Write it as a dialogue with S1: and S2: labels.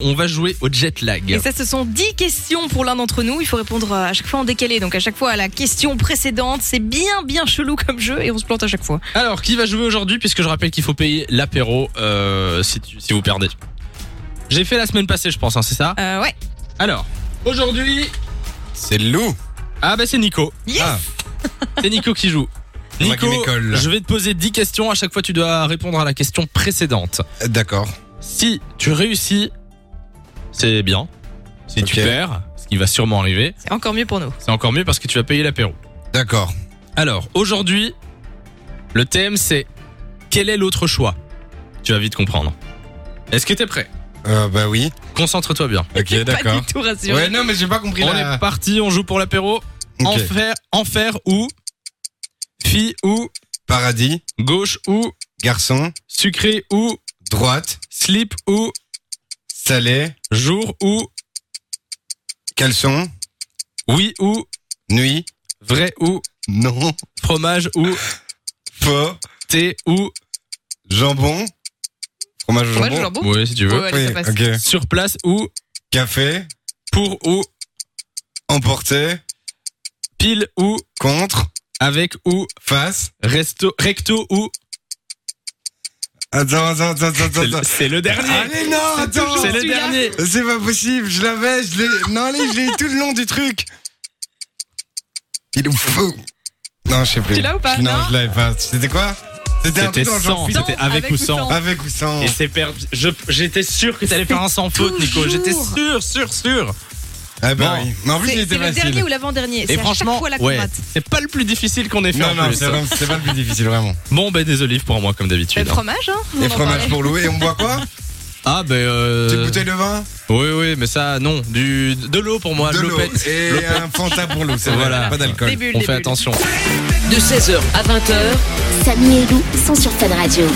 S1: On va jouer au jet
S2: Et
S1: lag.
S2: ça, ce sont 10 questions pour l'un d'entre nous. Il faut répondre à chaque fois en décalé. Donc à chaque fois à la question précédente. C'est bien, bien chelou comme jeu et on se plante à chaque fois.
S1: Alors, qui va jouer aujourd'hui Puisque je rappelle qu'il faut payer l'apéro euh, si, tu- si vous perdez. J'ai fait la semaine passée, je pense, hein, c'est ça
S2: Euh, ouais.
S1: Alors, aujourd'hui.
S3: C'est le loup.
S1: Ah, bah c'est Nico.
S2: Yes
S3: Ah.
S1: C'est Nico qui joue.
S3: C'est moi
S1: Nico,
S3: qui m'école.
S1: je vais te poser 10 questions. À chaque fois, tu dois répondre à la question précédente.
S3: D'accord.
S1: Si tu réussis, c'est bien. Si tu
S3: Ok.
S1: perds, ce qui va sûrement arriver,
S2: C'est encore mieux pour nous.
S1: c'est encore mieux parce que tu vas payer l'apéro.
S3: D'accord.
S1: Alors, aujourd'hui, le thème c'est quel est l'autre choix Tu vas vite comprendre. Est-ce que t'es prêt
S3: Euh, bah oui.
S1: Concentre-toi bien.
S3: Ok,
S2: Pas
S3: d'accord.
S2: du tout rassuré.
S3: Ouais, non, mais j'ai pas compris
S1: On
S3: la-
S1: est parti, on joue pour l'apéro.
S3: Ok.
S1: Enfer, enfer ou fille ou
S3: Paradis,
S1: gauche ou
S3: garçon,
S1: sucré ou
S3: droite,
S1: slip ou
S3: salé,
S1: jour ou
S3: caleçon,
S1: oui ou
S3: nuit,
S1: vrai ou
S3: non,
S1: fromage ou
S3: faux,
S1: thé ou
S3: jambon, fromage
S2: Ouais,
S3: au jambon,
S2: je leur bouffe.
S1: ouais si tu veux.
S2: Ouais, allez, ça
S3: Oui,
S2: passe.
S3: ok.
S1: Sur place ou
S3: café,
S1: pour ou
S3: emporté,
S1: pile ou
S3: contre,
S1: avec ou
S3: face.
S1: resto recto ou
S3: Attends, attends, attends, attends,
S1: C'est le-
S3: attends.
S1: c'est le dernier.
S3: Allez, non, Oh, attends.
S1: C'est le
S2: celui-là.
S1: dernier.
S3: C'est pas possible, je l'avais, je l'ai. Non, allez, je l'ai eu tout le long du truc. Il est fou. Non, je sais plus.
S2: Tu l'as ou pas
S3: Non,
S2: Non.
S3: je l'avais pas. C'était quoi C'était un
S1: C'était
S3: truc dans le genre
S1: sans,
S3: fils-
S1: c'était avec ou sans.
S3: Avec ou sans
S1: Et c'est perdu. Je- J'étais sûr que t'allais faire un sans faute, Nico.
S2: toujours.
S1: J'étais sûr, sûr, sûr.
S3: Ah bah
S1: Bon.
S3: oui. Mais en plus, il
S2: C'est
S3: était
S2: c'est le
S3: facile.
S2: dernier ou l'avant-dernier.
S1: Et
S2: C'est à chaque
S1: franchement,
S2: fois la
S1: ouais,
S2: combatte.
S1: c'est pas le plus difficile qu'on ait fait
S3: Non,
S1: en
S3: non,
S1: plus.
S3: c'est vraiment- c'est pas le plus difficile, vraiment.
S1: Bon, ben des olives pour moi, comme
S2: Le
S1: d'habitude.
S2: fromage, hein on
S3: Et
S2: en
S3: fromage
S2: parlait.
S3: pour louer. Et on boit quoi
S1: Ah, ben.
S3: Petite
S1: Euh...
S3: bouteille de vin,
S1: Oui, oui, mais ça, non. Du... De l'eau pour moi,
S3: de l'eau
S1: l'opette.
S3: et un Fanta pour l'eau. C'est
S1: Voilà.
S3: voilà. Pas d'alcool.
S2: Des bulles,
S1: On
S2: des
S1: fait
S2: bulles.
S1: attention.
S4: de 16h à 20h
S5: Samy et Lou sont sur Fun Radio.